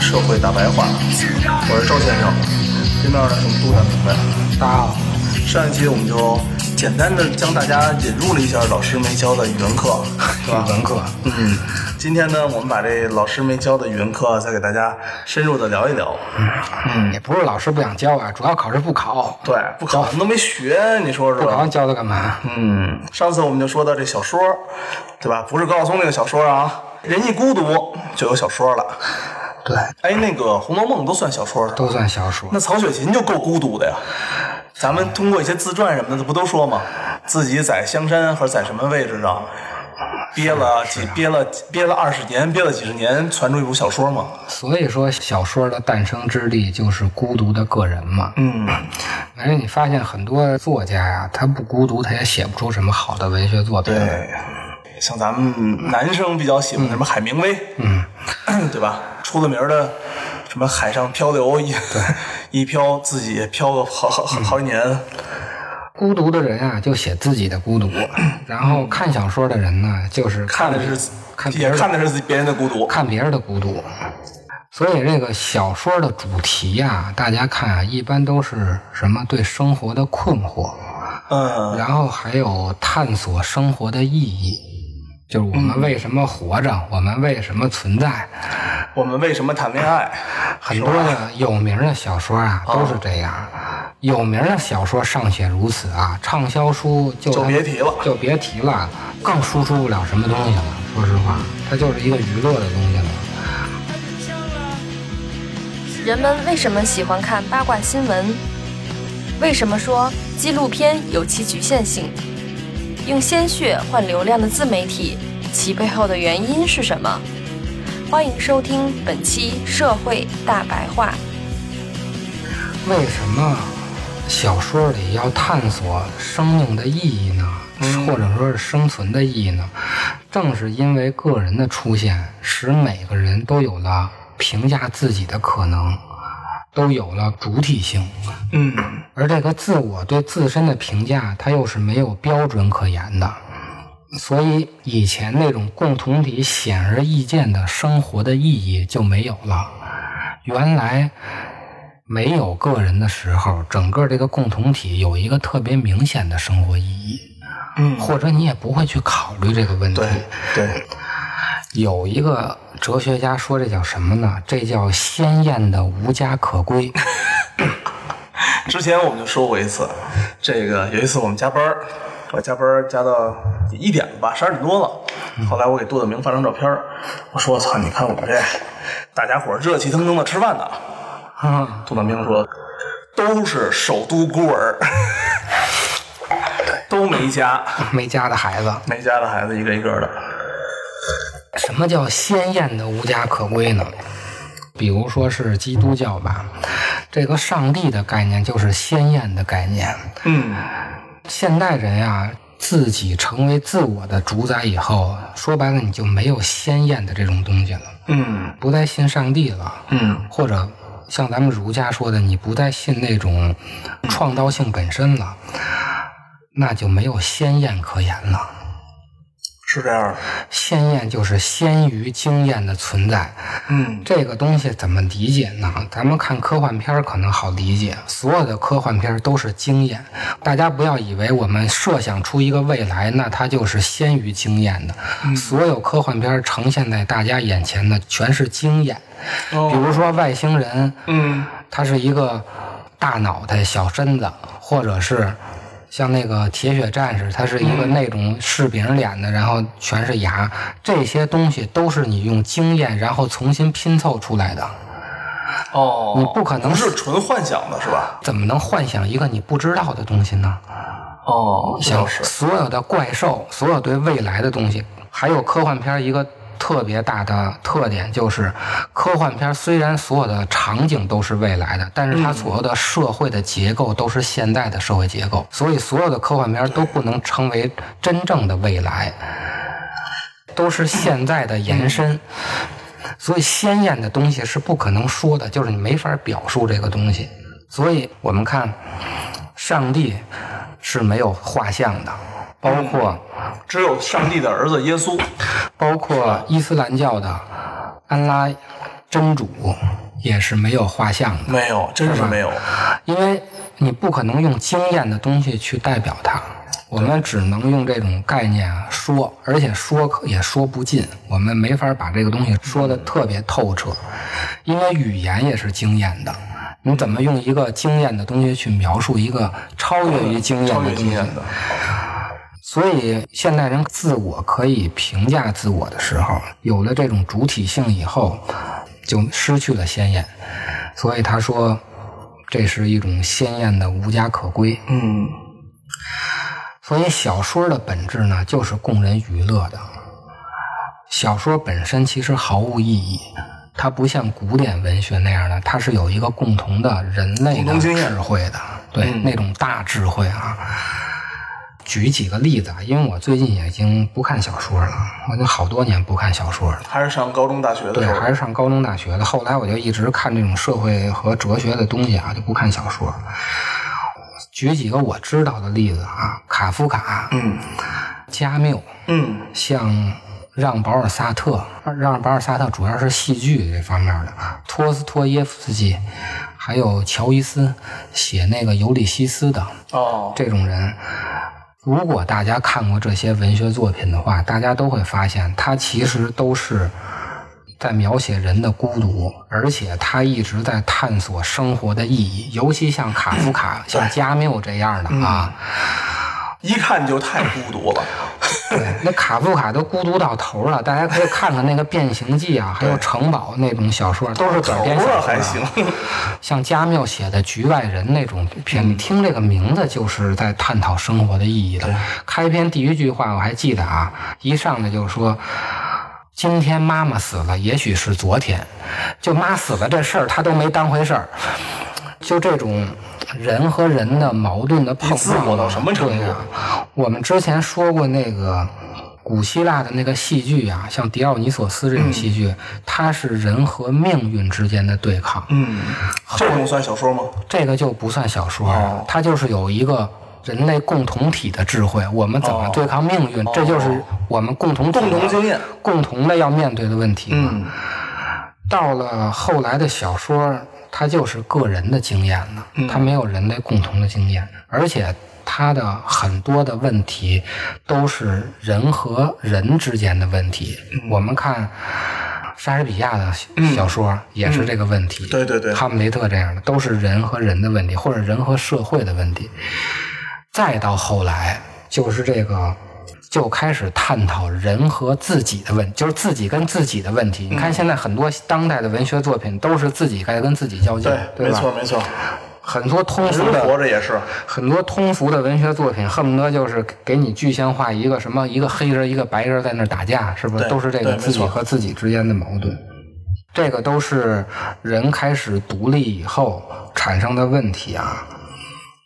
社会大白话，我是赵先生，对面呢是我们杜大明白。大家好，上一期我们就简单的将大家引入了一下老师没教的语文课，是吧？语文课，嗯，今天呢，我们把这老师没教的语文课再给大家深入的聊一聊。嗯，也不是老师不想教啊，主要考试不考，对，不考你都没学，你说是不吧考？教它干嘛？嗯，上次我们就说到这小说，对吧？不是高晓松那个小说啊，人一孤独就有小说了。对，哎，那个《红楼梦》都算小说是吧？都算小说。那曹雪芹就够孤独的呀。咱们通过一些自传什么的，不都说吗？自己在香山或者在什么位置上憋了啊几、憋了憋了二十年，憋了几十年，传出一部小说吗？所以说，小说的诞生之地就是孤独的个人嘛。嗯，而且你发现很多作家呀、他不孤独，他也写不出什么好的文学作品。对。像咱们男生比较喜欢什么海明威，嗯， 对吧？出了名儿的什么海上漂流，一 一漂自己也漂个好好好几年。嗯孤独的人啊，就写自己的孤独；然后看小说的人呢，就是嗯看的是看别也人的看的是自己别人的孤独。看别人的孤独。啊所以这个小说的主题呀、大家看啊，一般都是什么对生活的困惑，嗯，然后还有探索生活的意义，就是我嗯们为什么活着，我们为什么存在。我们为什么谈恋爱？很多的有名的小说啊，都是这样。有名的小说尚且如此啊，畅销书就就别提了就别提了，更输出不了什么东西了。说实话，它就是一个娱乐的东西了。人们为什么喜欢看八卦新闻？为什么说纪录片有其局限性？用鲜血换流量的自媒体，其背后的原因是什么？欢迎收听本期《社会大白话》。为什么小说里要探索生命的意义呢？或者说是生存的意义呢？正是因为个人的出现，使每个人都有了评价自己的可能，都有了主体性。嗯，而这个自我对自身的评价，它又是没有标准可言的。所以以前那种共同体显而易见的生活的意义就没有了。原来没有个人的时候，整个这个共同体有一个特别明显的生活意义，嗯或者你也不会去考虑这个问题。对嗯对，有一个哲学家说这叫什么呢？这叫鲜艳的无家 可归。 之前我们就说过一次，这个有一次我们加班儿，我加班儿加到一点吧，十二点多了。后来我给杜德明发张照片儿，我说：“我操，你看我们这大家伙儿热气腾腾的吃饭呢。啊”杜德明说：“都是首都孤儿，都没家，没家的孩子，没家的孩子一个一个的。什么叫鲜艳的无家可归呢？比如说是基督教吧，这个上帝的概念就是鲜艳的概念。”嗯，现代人呀、自己成为自我的主宰以后，说白了你就没有鲜艳的这种东西了，嗯不再信上帝了，嗯或者像咱们儒家说的，你不再信那种创造性本身了，那就没有鲜艳可言了。是这样的。鲜艳就是先于经验的存在，嗯这个东西怎么理解呢？咱们看科幻片儿可能好理解，所有的科幻片儿都是经验。大家不要以为我们设想出一个未来，那它就是先于经验的。嗯所有科幻片儿呈现在大家眼前的全是经验。哦比如说外星人，嗯他是一个大脑袋小身子，或者是。像那个铁血战士，他是一个那种柿饼脸的，然后全是牙，这些东西都是你用经验，然后重新拼凑出来的。哦，你不可能不是纯幻想的是吧？怎么能幻想一个你不知道的东西呢？哦，像是。所有的怪兽，所有对未来的东西，还有科幻片一个特别大的特点就是，科幻片虽然所有的场景都是未来的，但是它所有的社会的结构都是现代的社会结构，所以所有的科幻片都不能称为真正的未来，都是现在的延伸。所以鲜艳的东西是不可能说的，就是你没法表述这个东西。所以我们看，上帝是没有画像的，包括只有上帝的儿子耶稣。包括伊斯兰教的安拉真主，也是没有画像的，没有，真是没有。因为你不可能用经验的东西去代表它，我们只能用这种概念啊说，而且说可也说不尽，我们没法把这个东西说的特别透彻，因为语言也是经验的。你怎么用一个经验的东西去描述一个超越于经验超的越东经西验？的，所以现代人自我可以评价自我的时候，有了这种主体性以后，就失去了鲜艳。所以他说，这是一种鲜艳的无家可归。嗯，所以小说的本质呢，就是供人娱乐的。小说本身其实毫无意义，它不像古典文学那样的，它是有一个共同的人类共的同经验智慧的，对、嗯那种大智慧啊。举几个例子啊，因为我最近已经不看小说了，我就好多年不看小说了。还是上高中大学的对，时候，还是上高中、大学的。后来我就一直看这种社会和哲学的东西啊，就不看小说。举几个我知道的例子啊，卡夫卡、嗯加缪，嗯像让·保尔·萨特，让·保尔·萨特主要是戏剧这方面的，啊托斯托耶夫斯基，还有乔伊斯写那个《尤利西斯》的，哦，这种人，如果大家看过这些文学作品的话，大家都会发现，他其实都是在描写人的孤独，而且他一直在探索生活的意义。尤其像卡夫卡、像加缪这样的啊，一看就太孤独了， 对，那卡夫卡都孤独到头了。大家可以看看那个《变形记》啊，还有《城堡》那种小说，都是短头篇小说、了啊。还 行，像加缪写的《局外人》那种片，嗯你听这个名字就是在探讨生活的意义的。开篇第一句话我还记得啊，一上来就说。今天妈妈死了，也许是昨天，就妈死了这事儿，他都没当回事儿。就这种人和人的矛盾的碰你撞，自我到什么程度对啊我们之前说过那个古希腊的那个戏剧啊，像狄奥尼索斯这种嗯戏剧，它是人和命运之间的对抗。嗯，这种算小说吗？这个就不算小说了，哦它就是有一个人类共同体的智慧，我们怎么哦对抗命运，这就是我们共同体的共同经验共同的要面对的问题嘛。嗯到了后来的小说，它就是个人的经验了，嗯它没有人类共同的经验，而且它的很多的问题都是人和人之间的问题。嗯我们看莎士比亚的小小说也是这个问题，嗯对对对哈姆雷特这样的都是人和人的问题，或者人和社会的问题。再到后来，就是这个就开始探讨人和自己的问，就是自己跟自己的问题。嗯你看现在很多当代的文学作品都是自己在跟自己较劲对，，对没错吧？没错，很多通俗人活的着也是，很多通俗的文学作品，恨不得就是给你具象化一个什么一个黑人一个白人在那儿打架，是不是？对都是这对个没自己错和自己之间的矛盾。这个都是人开始独立以后产生的问题啊。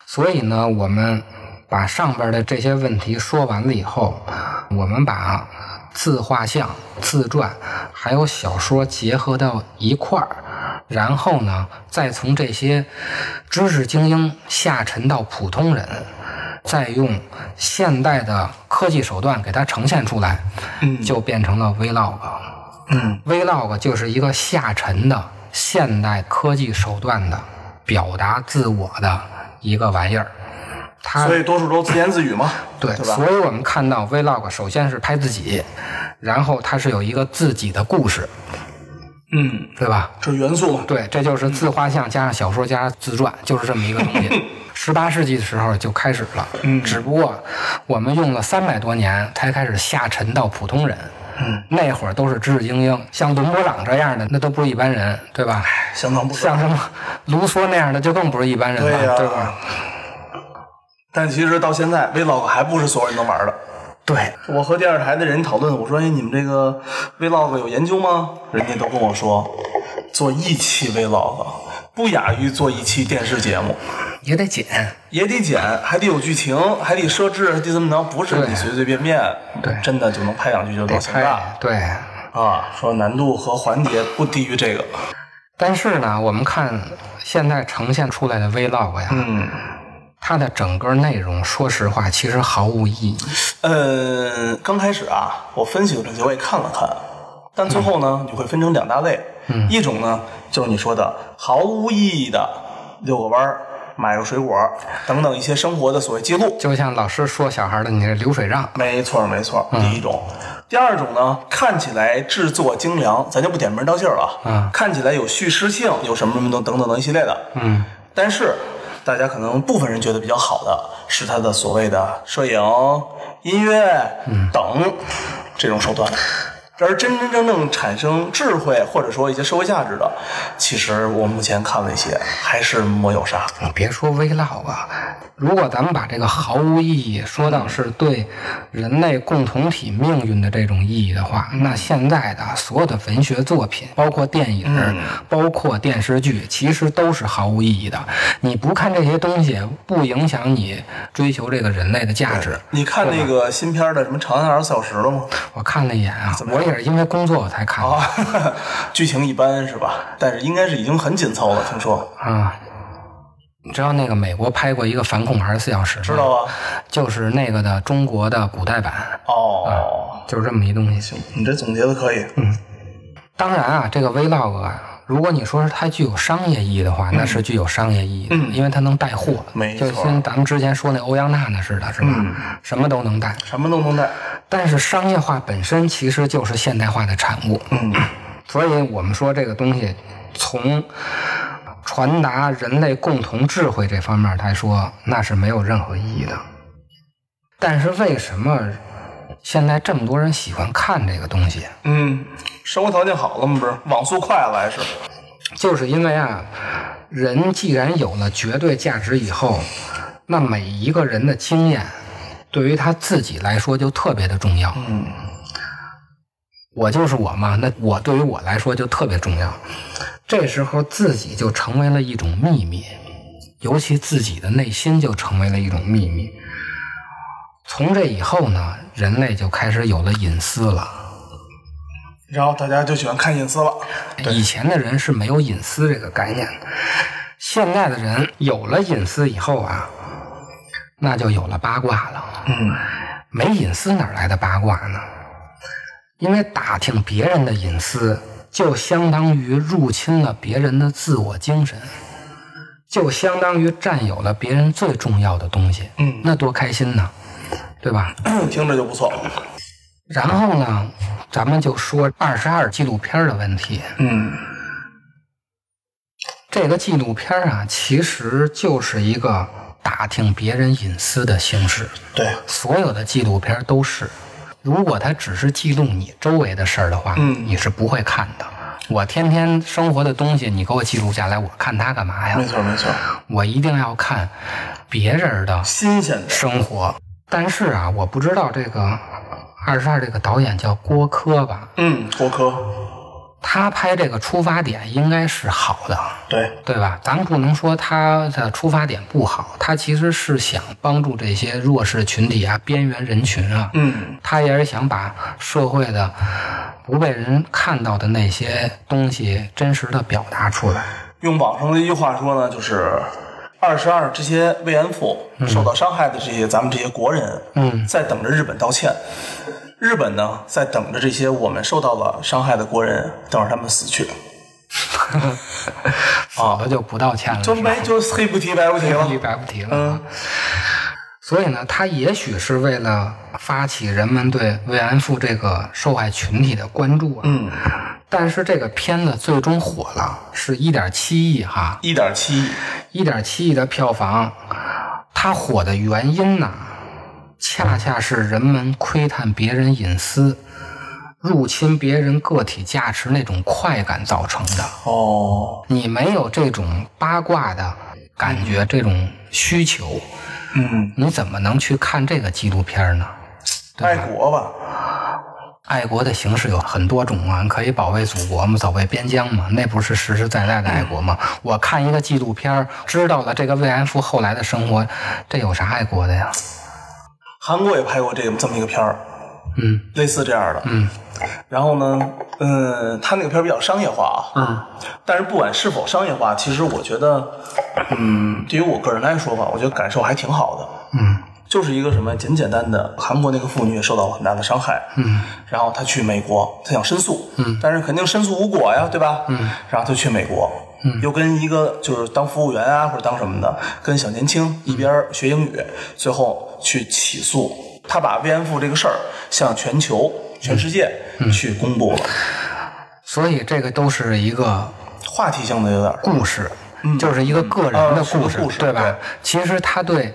所以呢，我们把上边的这些问题说完了以后，我们把自画像、自传还有小说结合到一块儿，然后呢，再从这些知识精英下沉到普通人。再用现代的科技手段给它呈现出来，就变成了 vlog。Vlog 就是一个下沉的现代科技手段的表达自我的一个玩意儿。它所以多数都自言自语嘛，对，对吧所以我们看到 Vlog 首先是拍自己，然后它是有一个自己的故事，嗯，对吧？这元素嘛，对，这就是自画像加上小说加上自传，就是这么一个东西。十八世纪的时候就开始了，嗯，只不过我们用了三百多年才开始下沉到普通人。嗯，那会儿都是知识精英，像伦勃朗这样的，那都不是一般人，对吧？相当不错。像什么卢梭那样的，就更不是一般人对了，呀、对吧？但其实到现在，vlog 还不是所有人能玩的。对，我和电视台的人讨论，我说：“哎，你们这个 vlog 有研究吗？”人家都跟我说，做一期 vlog 不亚于做一期电视节目，也得剪。也得剪，还得有剧情，还得设置，还得怎么着，不是对你随随便便，对真的就能拍两句就得能行拍的对，啊。说难度和环节不低于这个，但是呢，我们看现在呈现出来的 Vlog 呀，嗯，它的整个内容，说实话，其实毫无意义。呃，刚开始啊，我分析了这些，我也看了看，但最后呢，你会分成两大类。一种呢就是你说的毫无意义的遛个弯儿、买个水果等等一些生活的所谓记录。就像老师说小孩的，你这流水账，没错，没错，嗯第一种，第二种呢，看起来制作精良，咱就不点名道姓了啊嗯看起来有叙事性，有什么什么等等等一系列的，嗯，但是大家可能部分人觉得比较好的是它的所谓的摄影、音乐、嗯等这种手段。而真真正正产生智慧或者说一些社会价值的，其实我目前看了一些，还是没有啥。你别说 vlog 啊，如果咱们把这个毫无意义说到是对人类共同体命运的这种意义的话，那现在的所有的文学作品，包括电影，嗯包括电视剧，其实都是毫无意义的。你不看这些东西，不影响你追求这个人类的价值。你看那个新片儿的什么《长安二十四小时》了吗？我看了一眼啊，么我样也是因为工作我才看的啊， 剧情一般是吧？但是应该是已经很紧凑了，听说啊。你知道那个美国拍过一个反恐二十四小时吗？知道吧？就是那个的中国的古代嗯版，哦，就是这么一东西。行，你这总结的可以。当然啊，这个 vlog 啊，如果你说是它具有商业意义的话，那是具有商业意义的，因为它能带货，嗯没错嗯就跟咱们之前说那欧阳娜娜似的，是吧？什么都能带。什么都能带，但是商业化本身其实就是现代化的产物，嗯，所以我们说这个东西从。传达人类共同智慧这方面来说，那是没有任何意义的。但是为什么现在这么多人喜欢看这个东西？嗯，生活条件好了吗？不是，网速快了还是？就是因为啊，人既然有了绝对价值以后，那每一个人的经验，对于他自己来说就特别的重要。嗯，我就是我嘛，那我对于我来说就特别重要。这时候自己就成为了一种秘密，尤其自己的内心就成为了一种秘密。从这以后呢，人类就开始有了隐私了。然后大家就喜欢看隐私了，以前的人是没有隐私这个概念的，现在的人有了隐私以后啊，那就有了八卦了。嗯，没隐私哪来的八卦呢？因为打听别人的隐私，就相当于入侵了别人的自我精神，就相当于占有了别人最重要的东西。嗯那多开心呢，对吧？ 听着就不错，然后呢，咱们就说二十二纪录片的问题。嗯这个纪录片啊，其实就是一个打听别人隐私的形式。对，所有的纪录片都是，如果它只是记录你周围的事儿的话，嗯你是不会看的。我天天生活的东西，你给我记录下来，我看它干嘛呀没？错没错，我一定要看别人的新鲜的，生活。但是啊，我不知道这个二十二这个导演叫郭柯吧，嗯，郭柯，他拍这个出发点应该是好的，对，对吧？咱们不能说他的出发点不好，他其实是想帮助这些弱势群体啊、边缘人群啊，嗯他也是想把社会的不被人看到的那些东西真实的表达出来。用网上的一句话说呢，就是二十二这些慰安妇受到伤害的这些咱们这些国人，嗯，在等着日本道歉。日本呢，在等着这些我们受到了伤害的国人，等着他们死 去，啊好的就不道歉了，就没就黑不提白不提了一。白不提了。嗯啊。所以呢，他也许是为了发起人们对慰安妇这个受害群体的关注啊。嗯，但是这个片子最终火了，是一点七亿哈，一点七亿，一点七亿的票房，它火的原因呢，恰恰是人们窥探别人隐私、入侵别人个体价值那种快感造成的。哦，你没有这种八卦的感觉，这种需求，嗯，你怎么能去看这个纪录片呢？爱国吧，爱国的形式有很多种啊，你可以保卫祖国嘛，保卫边疆嘛，那不是实实在在的爱国吗？我看一个纪录片儿，知道了这个慰安妇后来的生活，这有啥爱国的呀？韩国也拍过这个这么一个片儿，嗯类似这样的。嗯然后呢，嗯，他那个片儿比较商业化啊，嗯但是不管是否商业化，其实我觉得，嗯，对于我个人来说吧，我觉得感受还挺好的。嗯，就是一个什么简简单的，韩国那个妇女也受到了很大的伤害，嗯，然后她去美国，她想申诉，嗯，但是肯定申诉无果呀，对吧？嗯，然后她去美国，嗯，又跟一个就是当服务员啊或者当什么的，跟小年轻一边学英语，最后去起诉，她把慰安妇这个事儿向全球、全世界去公布了，所以这个都是一个话题性的有点儿，故事，就是一个个人啊的是个故事，故事对吧？对其实他对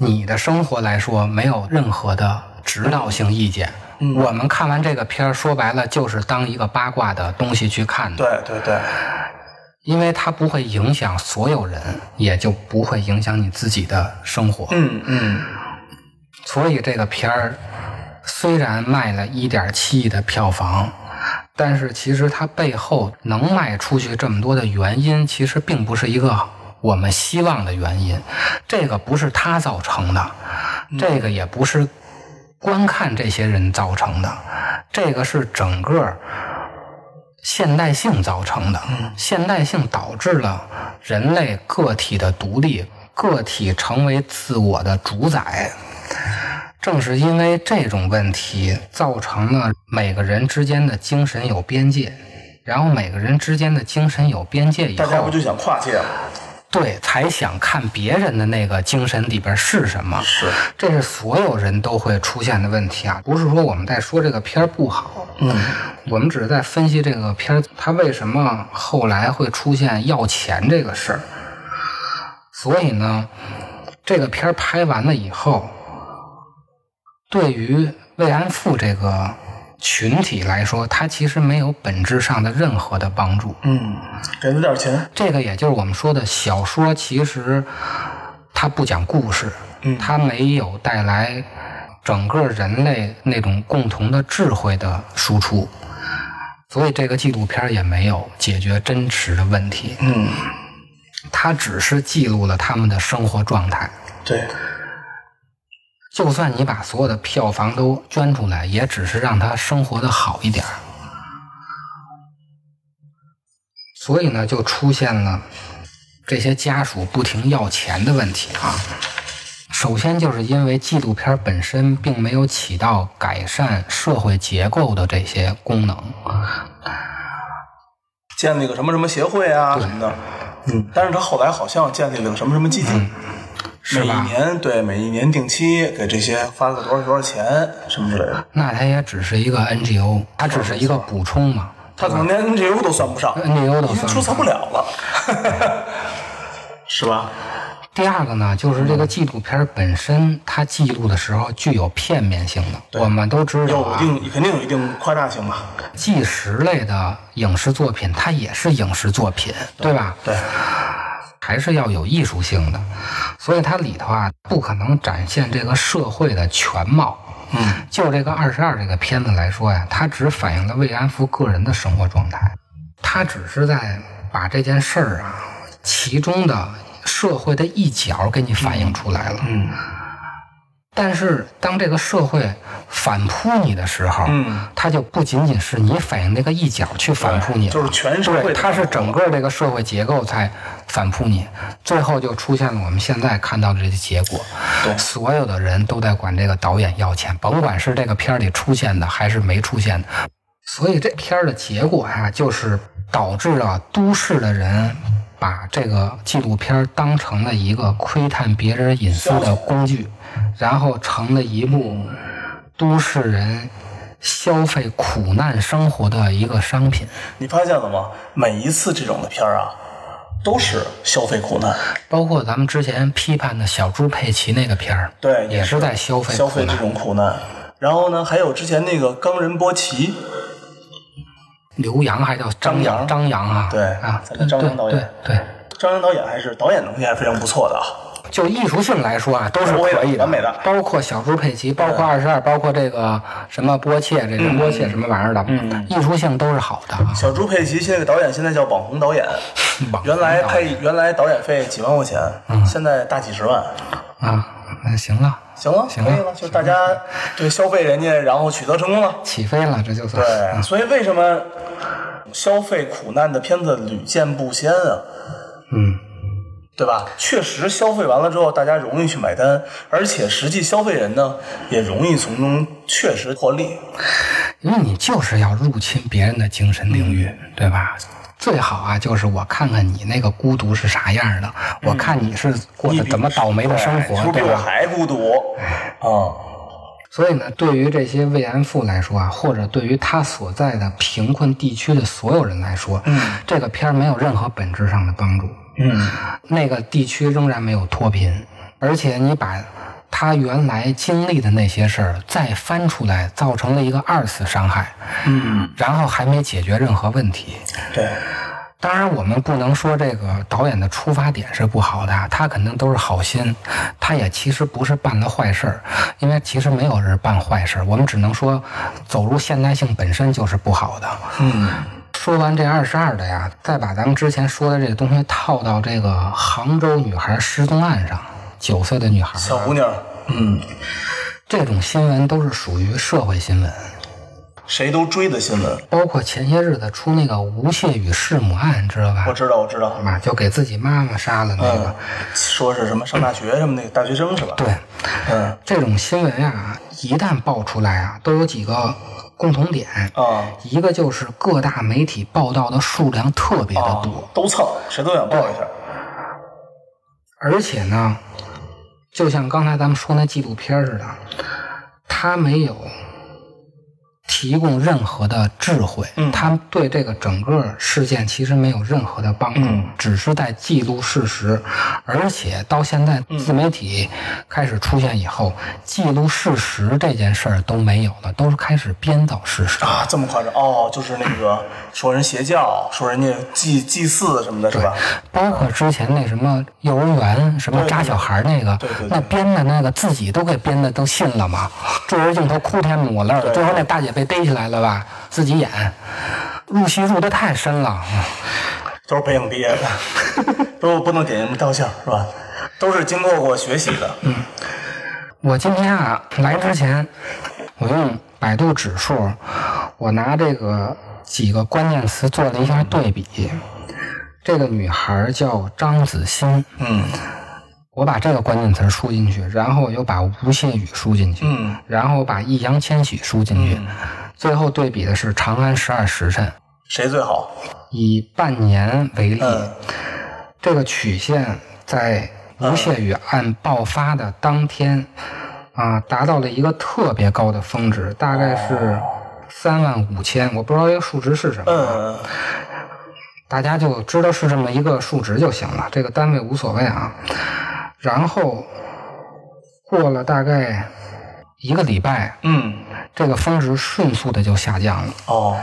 你的生活来说没有任何的指导性意见。嗯我们看完这个片儿，说白了就是当一个八卦的东西去看的，对对对，因为它不会影响所有人，也就不会影响你自己的生活。嗯嗯，所以这个片儿虽然卖了一点七亿的票房，但是其实它背后能卖出去这么多的原因，其实并不是一个我们希望的原因。这个不是它造成的，这嗯个也不是观看这些人造成的，这个是整个。现代性造成的，嗯现代性导致了人类个体的独立，个体成为自我的主宰。正是因为这种问题，造成了每个人之间的精神有边界，然后每个人之间的精神有边界以大家后不，就想跨界吗？对，才想看别人的那个精神里边是什么。是，这是所有人都会出现的问题啊，不是说我们在说这个片儿不好，嗯，我们只是在分析这个片儿它为什么后来会出现要钱这个事儿。所以呢，这个片儿拍完了以后，对于慰安妇这个群体来说，它其实没有本质上的任何的帮助。嗯，给他点钱，这个也就是我们说的小说，其实它不讲故事，嗯它没有带来整个人类那种共同的智慧的输出，所以这个纪录片儿也没有解决真实的问题，嗯，它只是记录了他们的生活状态。对，就算你把所有的票房都捐出来，也只是让他生活的好一点儿。所以呢，就出现了这些家属不停要钱的问题啊。首先，就是因为纪录片本身并没有起到改善社会结构的这些功能，建立个什么什么协会啊什么的，嗯，但是他后来好像建立了个什么什么基金，嗯是每一吧年对每一年定期给这些发个多少多少钱什么之类的，那它也只是一个 NGO，它只是一个补充嘛。他可能连 NGO 都算不上 NGO 都已经嗯算出不槽上不了 了，是吧？第二个呢，就是这个嗯纪录片本身，它记录的时候具有片面性的。对我们都知道有一啊，定肯定有一定夸大性吧？纪实类的影视作品，它也是影视作品，对吧？对，还是要有艺术性的，所以它里头啊，不可能展现这个社会的全貌。嗯，就这个二十二这个片子来说呀，它只反映了慰安妇个人的生活状态，它只是在把这件事儿啊，其中的社会的一角给你反映出来了。嗯但是当这个社会反扑你的时候，嗯，它就不仅仅是你反映那个一角去反扑你了，就是全社会对，的它是整个这个社会结构在反扑你，最后就出现了我们现在看到的这些结果。对所有的人都在管这个导演要钱，甭管是这个片儿里出现的还是没出现的。所以这片儿的结果呀、就是导致了都市的人把这个纪录片儿当成了一个窥探别人隐私的工具，然后成了一部都市人消费苦难生活的一个商品。你发现了吗？每一次这种的片儿啊，都是消费苦难，包括咱们之前批判的小猪佩奇那个片儿，对，也是在消费消苦费这难。种苦难。然后呢，还有之前那个冈仁波齐，刘洋还叫张扬，张张扬啊，对啊，咱的张扬导演对对对，张扬导演还是导演能力还是非常不错的啊。就艺术性来说啊，都是可以完美的包括小猪佩奇，包括二十二，包括这个什么波切，这嗯人波切什么玩意儿的，艺术性都是好的啊。小猪佩奇现在导演现在叫网红导演，网原来红拍原来导演费几万块钱，嗯现在大几十万。啊，那行了，行了，行可了以了，就是大家对消费人家，然后取得成功了。起飞了，这就算对，所以为什么消费苦难的片子屡见不鲜啊？嗯，啊对吧？确实消费完了之后，大家容易去买单，而且实际消费人呢也容易从中确实获利。因为你就是要入侵别人的精神领域，对吧？最好啊，就是我看看你那个孤独是啥样的，我看你是过你着比怎么倒霉的生活是，不是嗯对比我吧？哎还孤独？啊，所以呢，对于这些慰安妇来说啊，或者对于他所在的贫困地区的所有人来说，嗯，这个片儿没有任何本质上的帮助。嗯，那个地区仍然没有脱贫，而且你把他原来经历的那些事儿再翻出来，造成了一个二次伤害，嗯，然后还没解决任何问题。对，当然，我们不能说这个导演的出发点是不好的，他肯定都是好心，他也其实不是办了坏事儿，因为其实没有人办坏事儿，我们只能说走入现代性本身就是不好的。嗯，说完这二十二的呀，再把咱们之前说的这个东西套到这个杭州女孩失踪案上，九岁的女孩儿啊，小姑娘，嗯，这种新闻都是属于社会新闻，谁都追的新闻，包括前些日子出那个吴谢宇弑母案，知道吧我？知道，我知道，嘛，就给自己妈妈杀了那个。嗯，说是什么上大学什么那个大学生是吧？对，嗯，这种新闻啊，一旦爆出来啊，都有几个共同点，啊一个就是各大媒体报道的数量特别的啊多，，都蹭，谁都想报一下，而且呢，就像刚才咱们说那纪录片似的，他没有提供任何的智慧，嗯他对这个整个事件其实没有任何的帮助，嗯只是在记录事实。而且到现在嗯自媒体开始出现以后，记录事实这件事儿都没有了，都是开始编造事实。啊，这么夸张哦，就是那个说人邪教，说人家祭祭祀什么的，是吧？包括之前那什么幼儿园什么扎小孩那个对对对，那编的那个自己都给编的都信了嘛，坠儿镜头哭天抹泪儿，对最后那大姐被逮起来了吧，自己演，入戏入的太深了。都是北影毕业的，都不能点名道姓是吧？都是经过过学习的，嗯我今天啊来之前，我用百度指数，我拿这个几个关键词做了一下对比。这个女孩叫张子欣，嗯我把这个关键词输进去，然后我又把吴谢宇输进去，嗯，然后把易烊千玺输进去，最后对比的是《长安十二时辰》。谁最好？以半年为例，嗯这个曲线在吴谢宇案爆发的当天，啊、达到了一个特别高的峰值，大概是三万五千，我不知道这个数值是什么。嗯大家就知道是这么一个数值就行了，这个单位无所谓啊。然后过了大概一个礼拜，嗯这个峰值迅速的就下降了，哦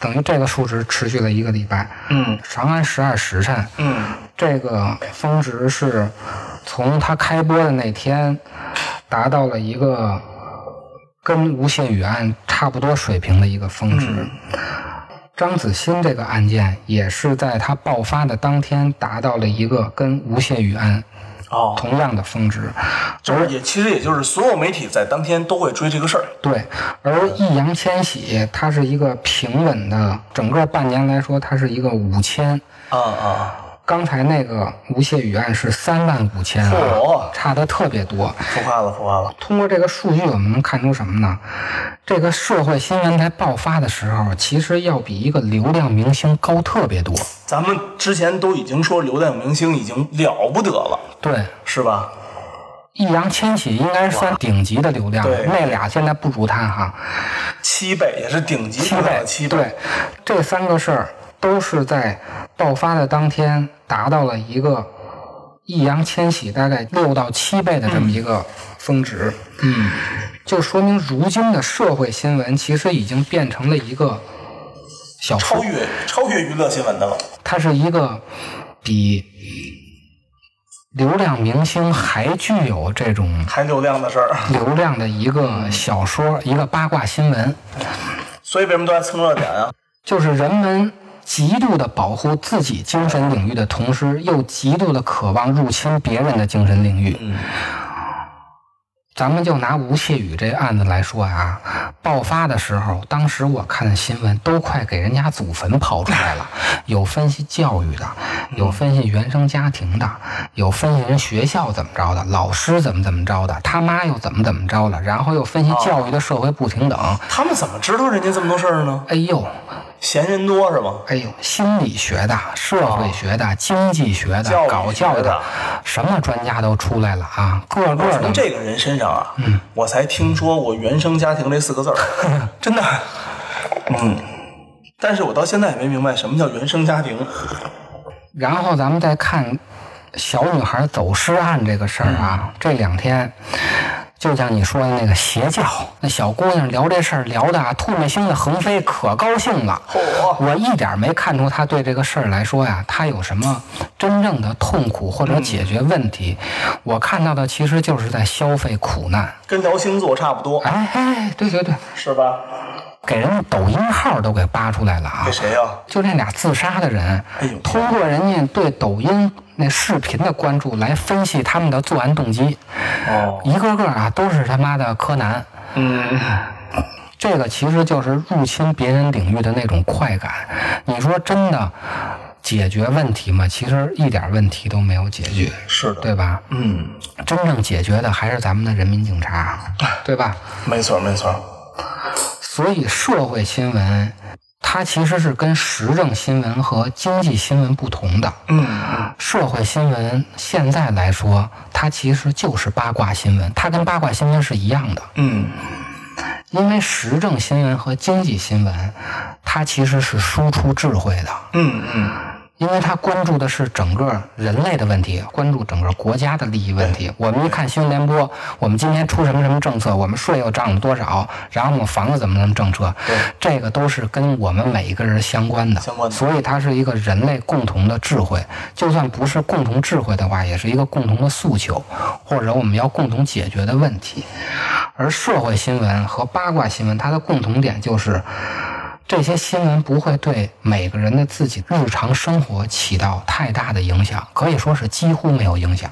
等于这个数值持续了一个礼拜。嗯长安十二时辰，嗯这个峰值是从它开播的那天达到了一个跟吴谢宇案差不多水平的一个峰值。张子欣这个案件也是在它爆发的当天达到了一个跟吴谢宇案哦，同样的峰值，就是也其实也就是所有媒体在当天都会追这个事儿，对。而易烊千玺他是一个平稳的，整个半年来说，他是一个五千。啊啊，刚才那个吴谢宇案是三万五千啊嚯，差的特别多。浮夸了浮夸了，通过这个数据，我们能看出什么呢？这个社会新闻在爆发的时候，其实要比一个流量明星高特别多。咱们之前都已经说流量明星已经了不得了，对，是吧？易烊千玺应该算顶级的流量对，那俩现在不如他哈，七倍也是顶级七流量倍的。七倍，对，这三个事儿都是在爆发的当天达到了一个易烊千玺大概六到七倍的这么一个峰值。嗯就说明如今的社会新闻其实已经变成了一个小说超，越超越娱乐新闻的了，它是一个比流量明星还具有这种含流量的事儿。流量的一个小说，一个八卦新闻，所以为什么都在蹭热点啊？就是人们。极度的保护自己精神领域的同时，又极度的渴望入侵别人的精神领域。咱们就拿吴谢宇这案子来说啊，爆发的时候，当时我看新闻都快给人家祖坟刨出来了，有分析教育的，有分析原生家庭的，有分析人学校怎么着的，老师怎么怎么着的，他妈又怎么怎么着了，然后又分析教育的社会不平等。他们怎么知道人家这么多事儿呢？哎呦，嫌人多是吗？哎呦，心理学的、社会学的、经济学的、哦教育搞教学的的，什么专家都出来了啊，个个从的这个人身上啊，我才听说过“原生家庭”这四个字儿， 真的。嗯，但是我到现在也没明白什么叫原生家庭。然后咱们再看小女孩走失案这个事儿啊，嗯这两天就像你说的那个邪教，那小姑娘聊这事儿聊的啊，唾沫星子横飞，可高兴了。嚯我一点没看出她对这个事儿来说呀，她有什么真正的痛苦或者解决问题。嗯我看到的其实就是在消费苦难。跟聊星座差不多，哎哎，对对对，是吧？给人家抖音号都给扒出来了啊给！谁呀、啊？就这俩自杀的人哎呦，通过人家对抖音那视频的关注来分析他们的作案动机，哦，一个个啊都是他妈的柯南。嗯，这个其实就是入侵别人领域的那种快感。你说真的解决问题吗？其实一点问题都没有解决，是的，对吧？嗯，真正解决的还是咱们的人民警察，对吧？没错没错，所以社会新闻它其实是跟时政新闻和经济新闻不同的。嗯，社会新闻现在来说，它其实就是八卦新闻，它跟八卦新闻是一样的。嗯，因为时政新闻和经济新闻，它其实是输出智慧的，嗯嗯，因为它关注的是整个人类的问题，关注整个国家的利益问题。我们一看新闻联播，我们今天出什么什么政策，我们税又涨了多少，然后我们房子怎么怎么政策，这个都是跟我们每一个人相关的。相关的所以它是一个人类共同的智慧，就算不是共同智慧的话，也是一个共同的诉求，或者我们要共同解决的问题。而社会新闻和八卦新闻，它的共同点就是，这些新闻不会对每个人的自己日常生活起到太大的影响，可以说是几乎没有影响。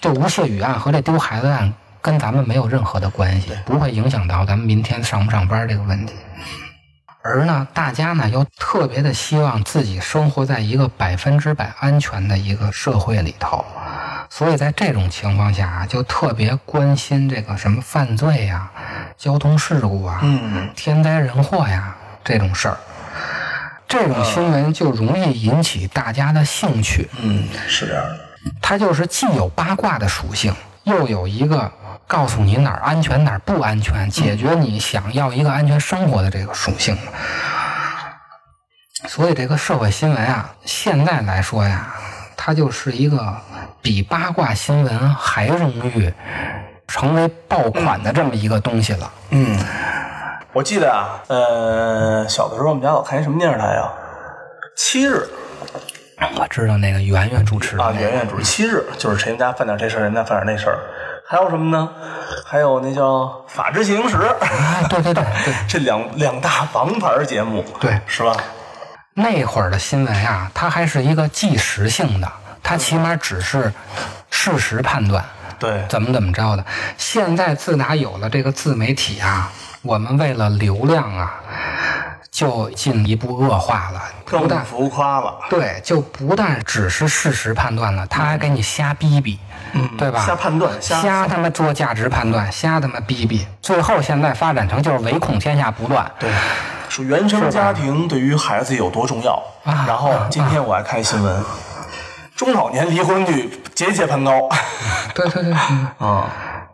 这吴谢宇案和这丢孩子案跟咱们没有任何的关系，不会影响到咱们明天上不上班这个问题。而呢，大家呢又特别的希望自己生活在一个百分之百安全的一个社会里头，所以在这种情况下啊，就特别关心这个什么犯罪呀、交通事故啊、嗯天灾人祸呀这种事儿。这种新闻就容易引起大家的兴趣，嗯，是这样的，它就是既有八卦的属性，又有一个告诉你哪儿安全哪儿不安全，解决你想要一个安全生活的这个属性。所以这个社会新闻啊，现在来说呀，它就是一个比八卦新闻还容易成为爆款的这么一个东西了。嗯，我记得啊，呃，小的时候我们家老看一什么电视台呀、七日我知道那个圆圆主持的啊，那圆圆主七日就是谁们家犯点这事儿，人家犯点那事儿，还有什么呢？还有那叫《法制进行时》啊， 对对对对，这两两大王牌节目，对是吧？那会儿的新闻啊，它还是一个即时性的，它起码只是事实判断，对，怎么怎么着的。现在自打有了这个自媒体啊，我们为了流量啊，就进一步恶化了，不更但浮夸了，对，就不但只是事实判断了，他还给你瞎逼逼，对吧？瞎判断，瞎嗯瞎他妈做价值判断，瞎他妈逼逼，最后现在发展成就是唯恐天下不乱。对，说原生家庭对于孩子有多重要。啊然后今天我还看新闻，中老年离婚率节节攀高。对对对。嗯啊，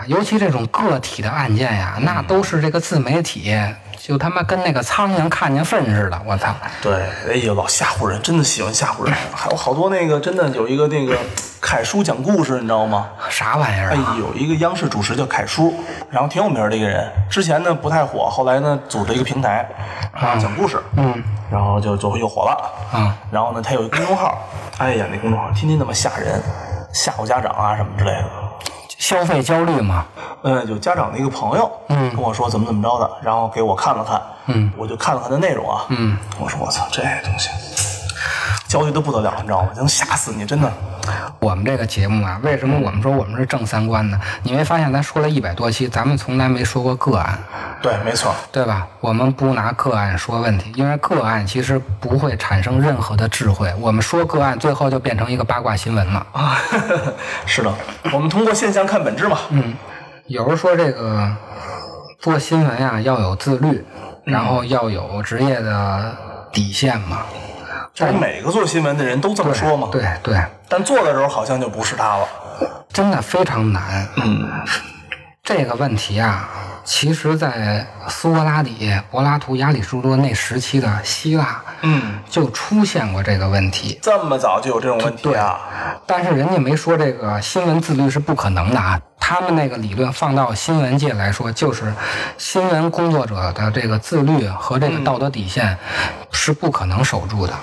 尤其这种个体的案件呀，那都是这个自媒体就他妈跟那个苍蝇看见粪似的，我操！对，哎呦，老吓唬人，真的喜欢吓唬人。还有好多那个，真的有一个那个凯叔讲故事，你知道吗？啥玩意儿哎啊？，有一个央视主持叫凯叔，然后挺有名儿的一个人。之前呢不太火，后来呢组织一个平台，然后讲故事，嗯，然后就就又火了。啊、然后呢，他有一个公众号，哎呀，那公众号天天他妈吓人，吓唬家长啊什么之类的。消费焦虑嘛，呃，有家长的一个朋友，嗯，跟我说怎么怎么着的，然后给我看了看，嗯，我就看了看的内容啊，嗯，我说我操，这东西焦急的不得了，你知道吗？能吓死你，真的。我们这个节目啊，为什么我们说我们是正三观呢？你没发现咱说了一百多期，咱们从来没说过个案，对，没错，对吧？我们不拿个案说问题，因为个案其实不会产生任何的智慧。我们说个案，最后就变成一个八卦新闻了。啊， 是的，我们通过现象看本质嘛。嗯，有人说这个做新闻啊要有自律，嗯然后要有职业的底线嘛。就是每个做新闻的人都这么说嘛。对对，但做的时候好像就不是他了。真的非常难。嗯，这个问题啊，其实，在苏格拉底、柏拉图、亚里士多那时期的希腊，嗯，就出现过这个问题。这么早就有这种问题啊？但是人家没说这个新闻自律是不可能的啊。他们那个理论放到新闻界来说，就是新闻工作者的这个自律和这个道德底线是不可能守住的。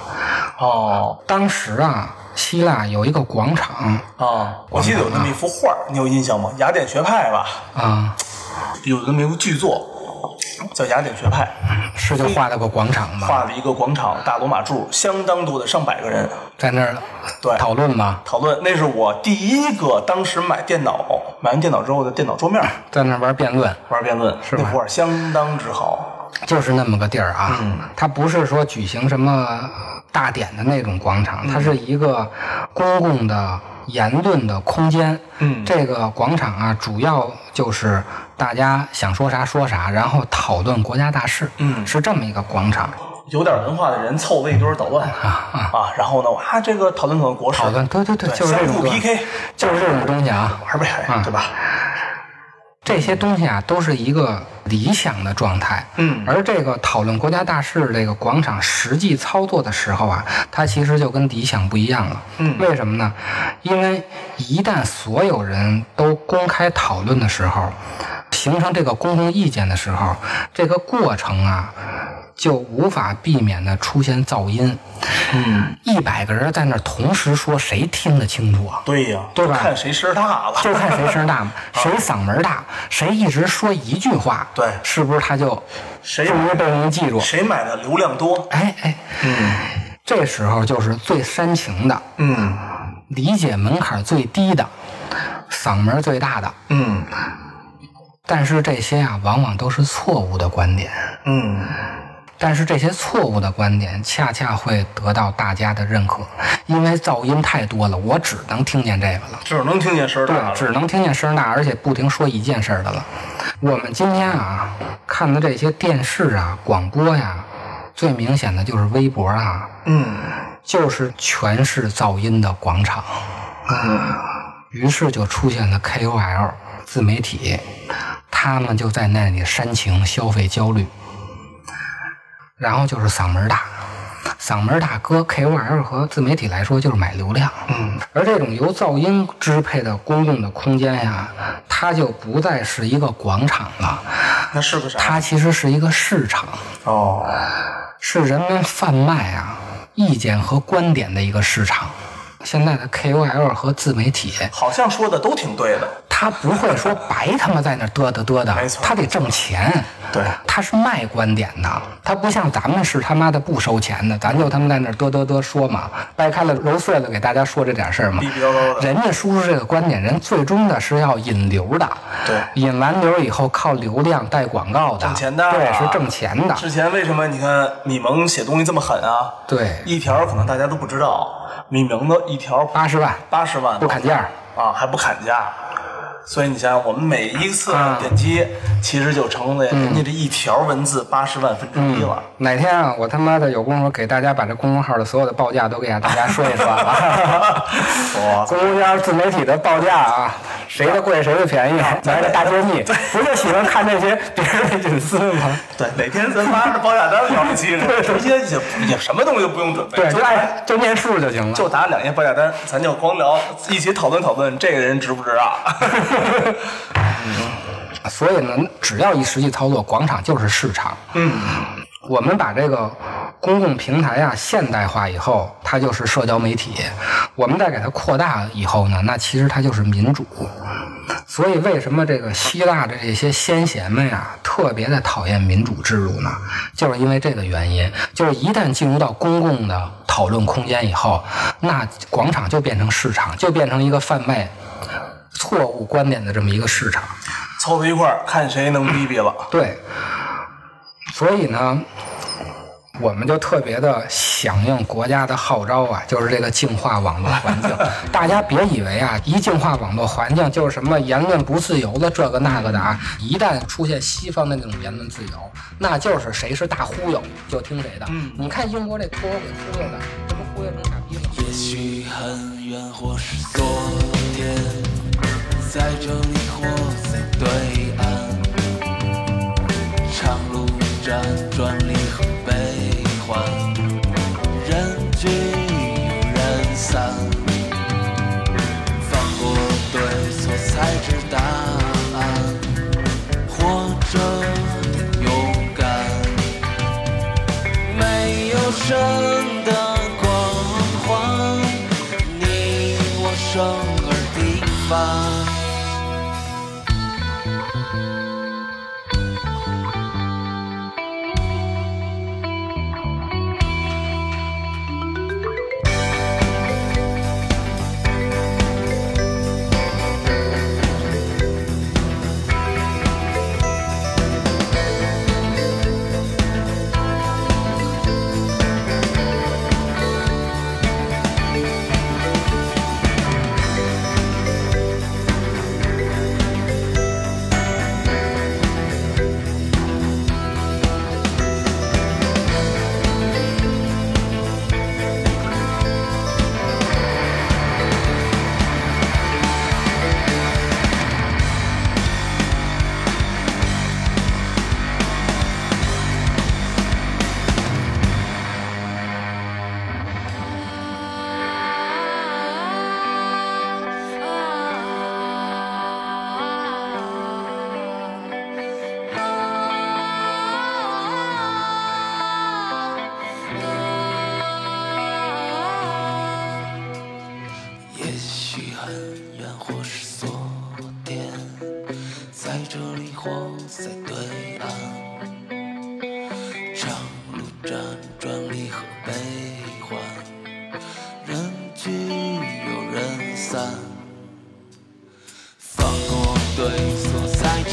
哦当时啊，希腊有一个广场哦，我记得有那么一幅画，你有印象吗？雅典学派吧，啊，有那么一部剧作叫《雅典学派》，是就画了个广场嘛，画了一个广场，大罗马柱，相当多的上百个人在那儿对讨论嘛。讨论。那是我第一个当时买电脑，买完电脑之后的电脑桌面在那儿 玩辩论，玩辩论，是吗那幅画相当之好。就是那么个地儿啊。嗯它不是说举行什么呃大典的那种广场，嗯它是一个公共的言论的空间。嗯这个广场啊，主要就是大家想说啥说啥，然后讨论国家大事。嗯是这么一个广场，有点文化的人凑在一堆儿捣乱啊，然后呢，啊，这个讨论讨论国事，讨论对对对，对就是这相种互东西 PK，就是这种东西啊。玩呗，嗯对吧？这些东西啊，都是一个理想的状态。嗯而这个讨论国家大事这个广场实际操作的时候啊，它其实就跟理想不一样了。嗯为什么呢？因为一旦所有人都公开讨论的时候，形成这个公共意见的时候，这个过程啊。就无法避免的出现噪音，嗯，一百个人在那儿同时说，谁听得清楚啊？对呀，对吧就看谁声大了，就看谁声儿大 啊嘛，谁嗓门儿大，谁一直说一句话，对哎是不是他就谁容易被人记住？谁买的流量多，哎哎，嗯这时候就是最煽情的，嗯理解门槛最低的，嗓门儿最大的。嗯但是这些啊，往往都是错误的观点。嗯，但是这些错误的观点恰恰会得到大家的认可，因为噪音太多了，我只能听见这个了。只能听见声大对，了，只能听见声儿大，而且不停说一件事儿的了。我们今天啊看的这些电视啊、广播呀、最明显的就是微博啊，嗯就是全是噪音的广场。于是就出现了 KOL 自媒体，他们就在那里煽情、消费焦虑，然后就是嗓门大。嗓门大，搁 KOL 和自媒体来说就是买流量。嗯，而这种由噪音支配的公共的空间呀，它就不再是一个广场了，那是个啥？它其实是一个市场，哦，是人们贩卖啊意见和观点的一个市场。现在的 KOL 和自媒体，好像说的都挺对的，他不会说白他妈在那儿嘚嘚嘚没的，错他得挣钱。对，他是卖观点的，他不像咱们是他妈的不收钱的，咱就他们在那儿嘚嘚嘚说嘛，掰开了揉碎了给大家说这点事儿嘛逼。逼叨叨的，人家输出这个观点，人最终的是要引流的，对引完流以后靠流量带广告的，挣钱的啊对，是挣钱的，之前为什么你看米蒙写东西这么狠啊？对，一条可能大家都不知道，米蒙的一条八十万八十万啊不砍价，啊，还不砍价。所以你想想，我们每一次啊嗯点击，其实就成为人家这一条文字八十万分之一了。哪天啊，我他妈的有功夫给大家把这公众号的所有的报价都给大家说一说啊。哇， 公众号自媒体的报价啊，谁的贵谁的便宜，来个大揭秘，不就喜欢看这些别人的隐私吗？对，哪天咱发着报价单了不起， 直接也也什么东西都不用准备，对，哎就就按就念数就行了。就打两页报价单，咱就光聊，一起讨论讨论这个人值不值 啊？所以呢，只要一实际操作，广场就是市场。嗯，我们把这个公共平台啊现代化以后，它就是社交媒体；我们再给它扩大以后呢，那其实它就是民主。所以为什么这个希腊的这些先贤们呀、特别的讨厌民主制度呢？就是因为这个原因，就是一旦进入到公共的讨论空间以后，那广场就变成市场，就变成一个贩卖错误观点的这么一个市场。凑到一块儿看谁能逼逼了。对，所以呢，我们就特别的响应国家的号召啊，就是这个净化网络环境。大家别以为啊，一净化网络环境就是什么言论不自由的这个那个的啊，一旦出现西方的那种言论自由，那就是谁是大忽悠就听谁的。嗯你看英国这脱欧给忽悠的，这不忽悠成傻逼了吗？也许很远，或是昨天，在这里或在对岸，长路辗转离合悲欢，人聚又人散，放过对错才知答案，活着勇敢。没有神的光环，你我生而平凡。也许很远，或是昨天，在这里或在对岸，长路辗转离合悲欢，人聚又人散，放过对错才知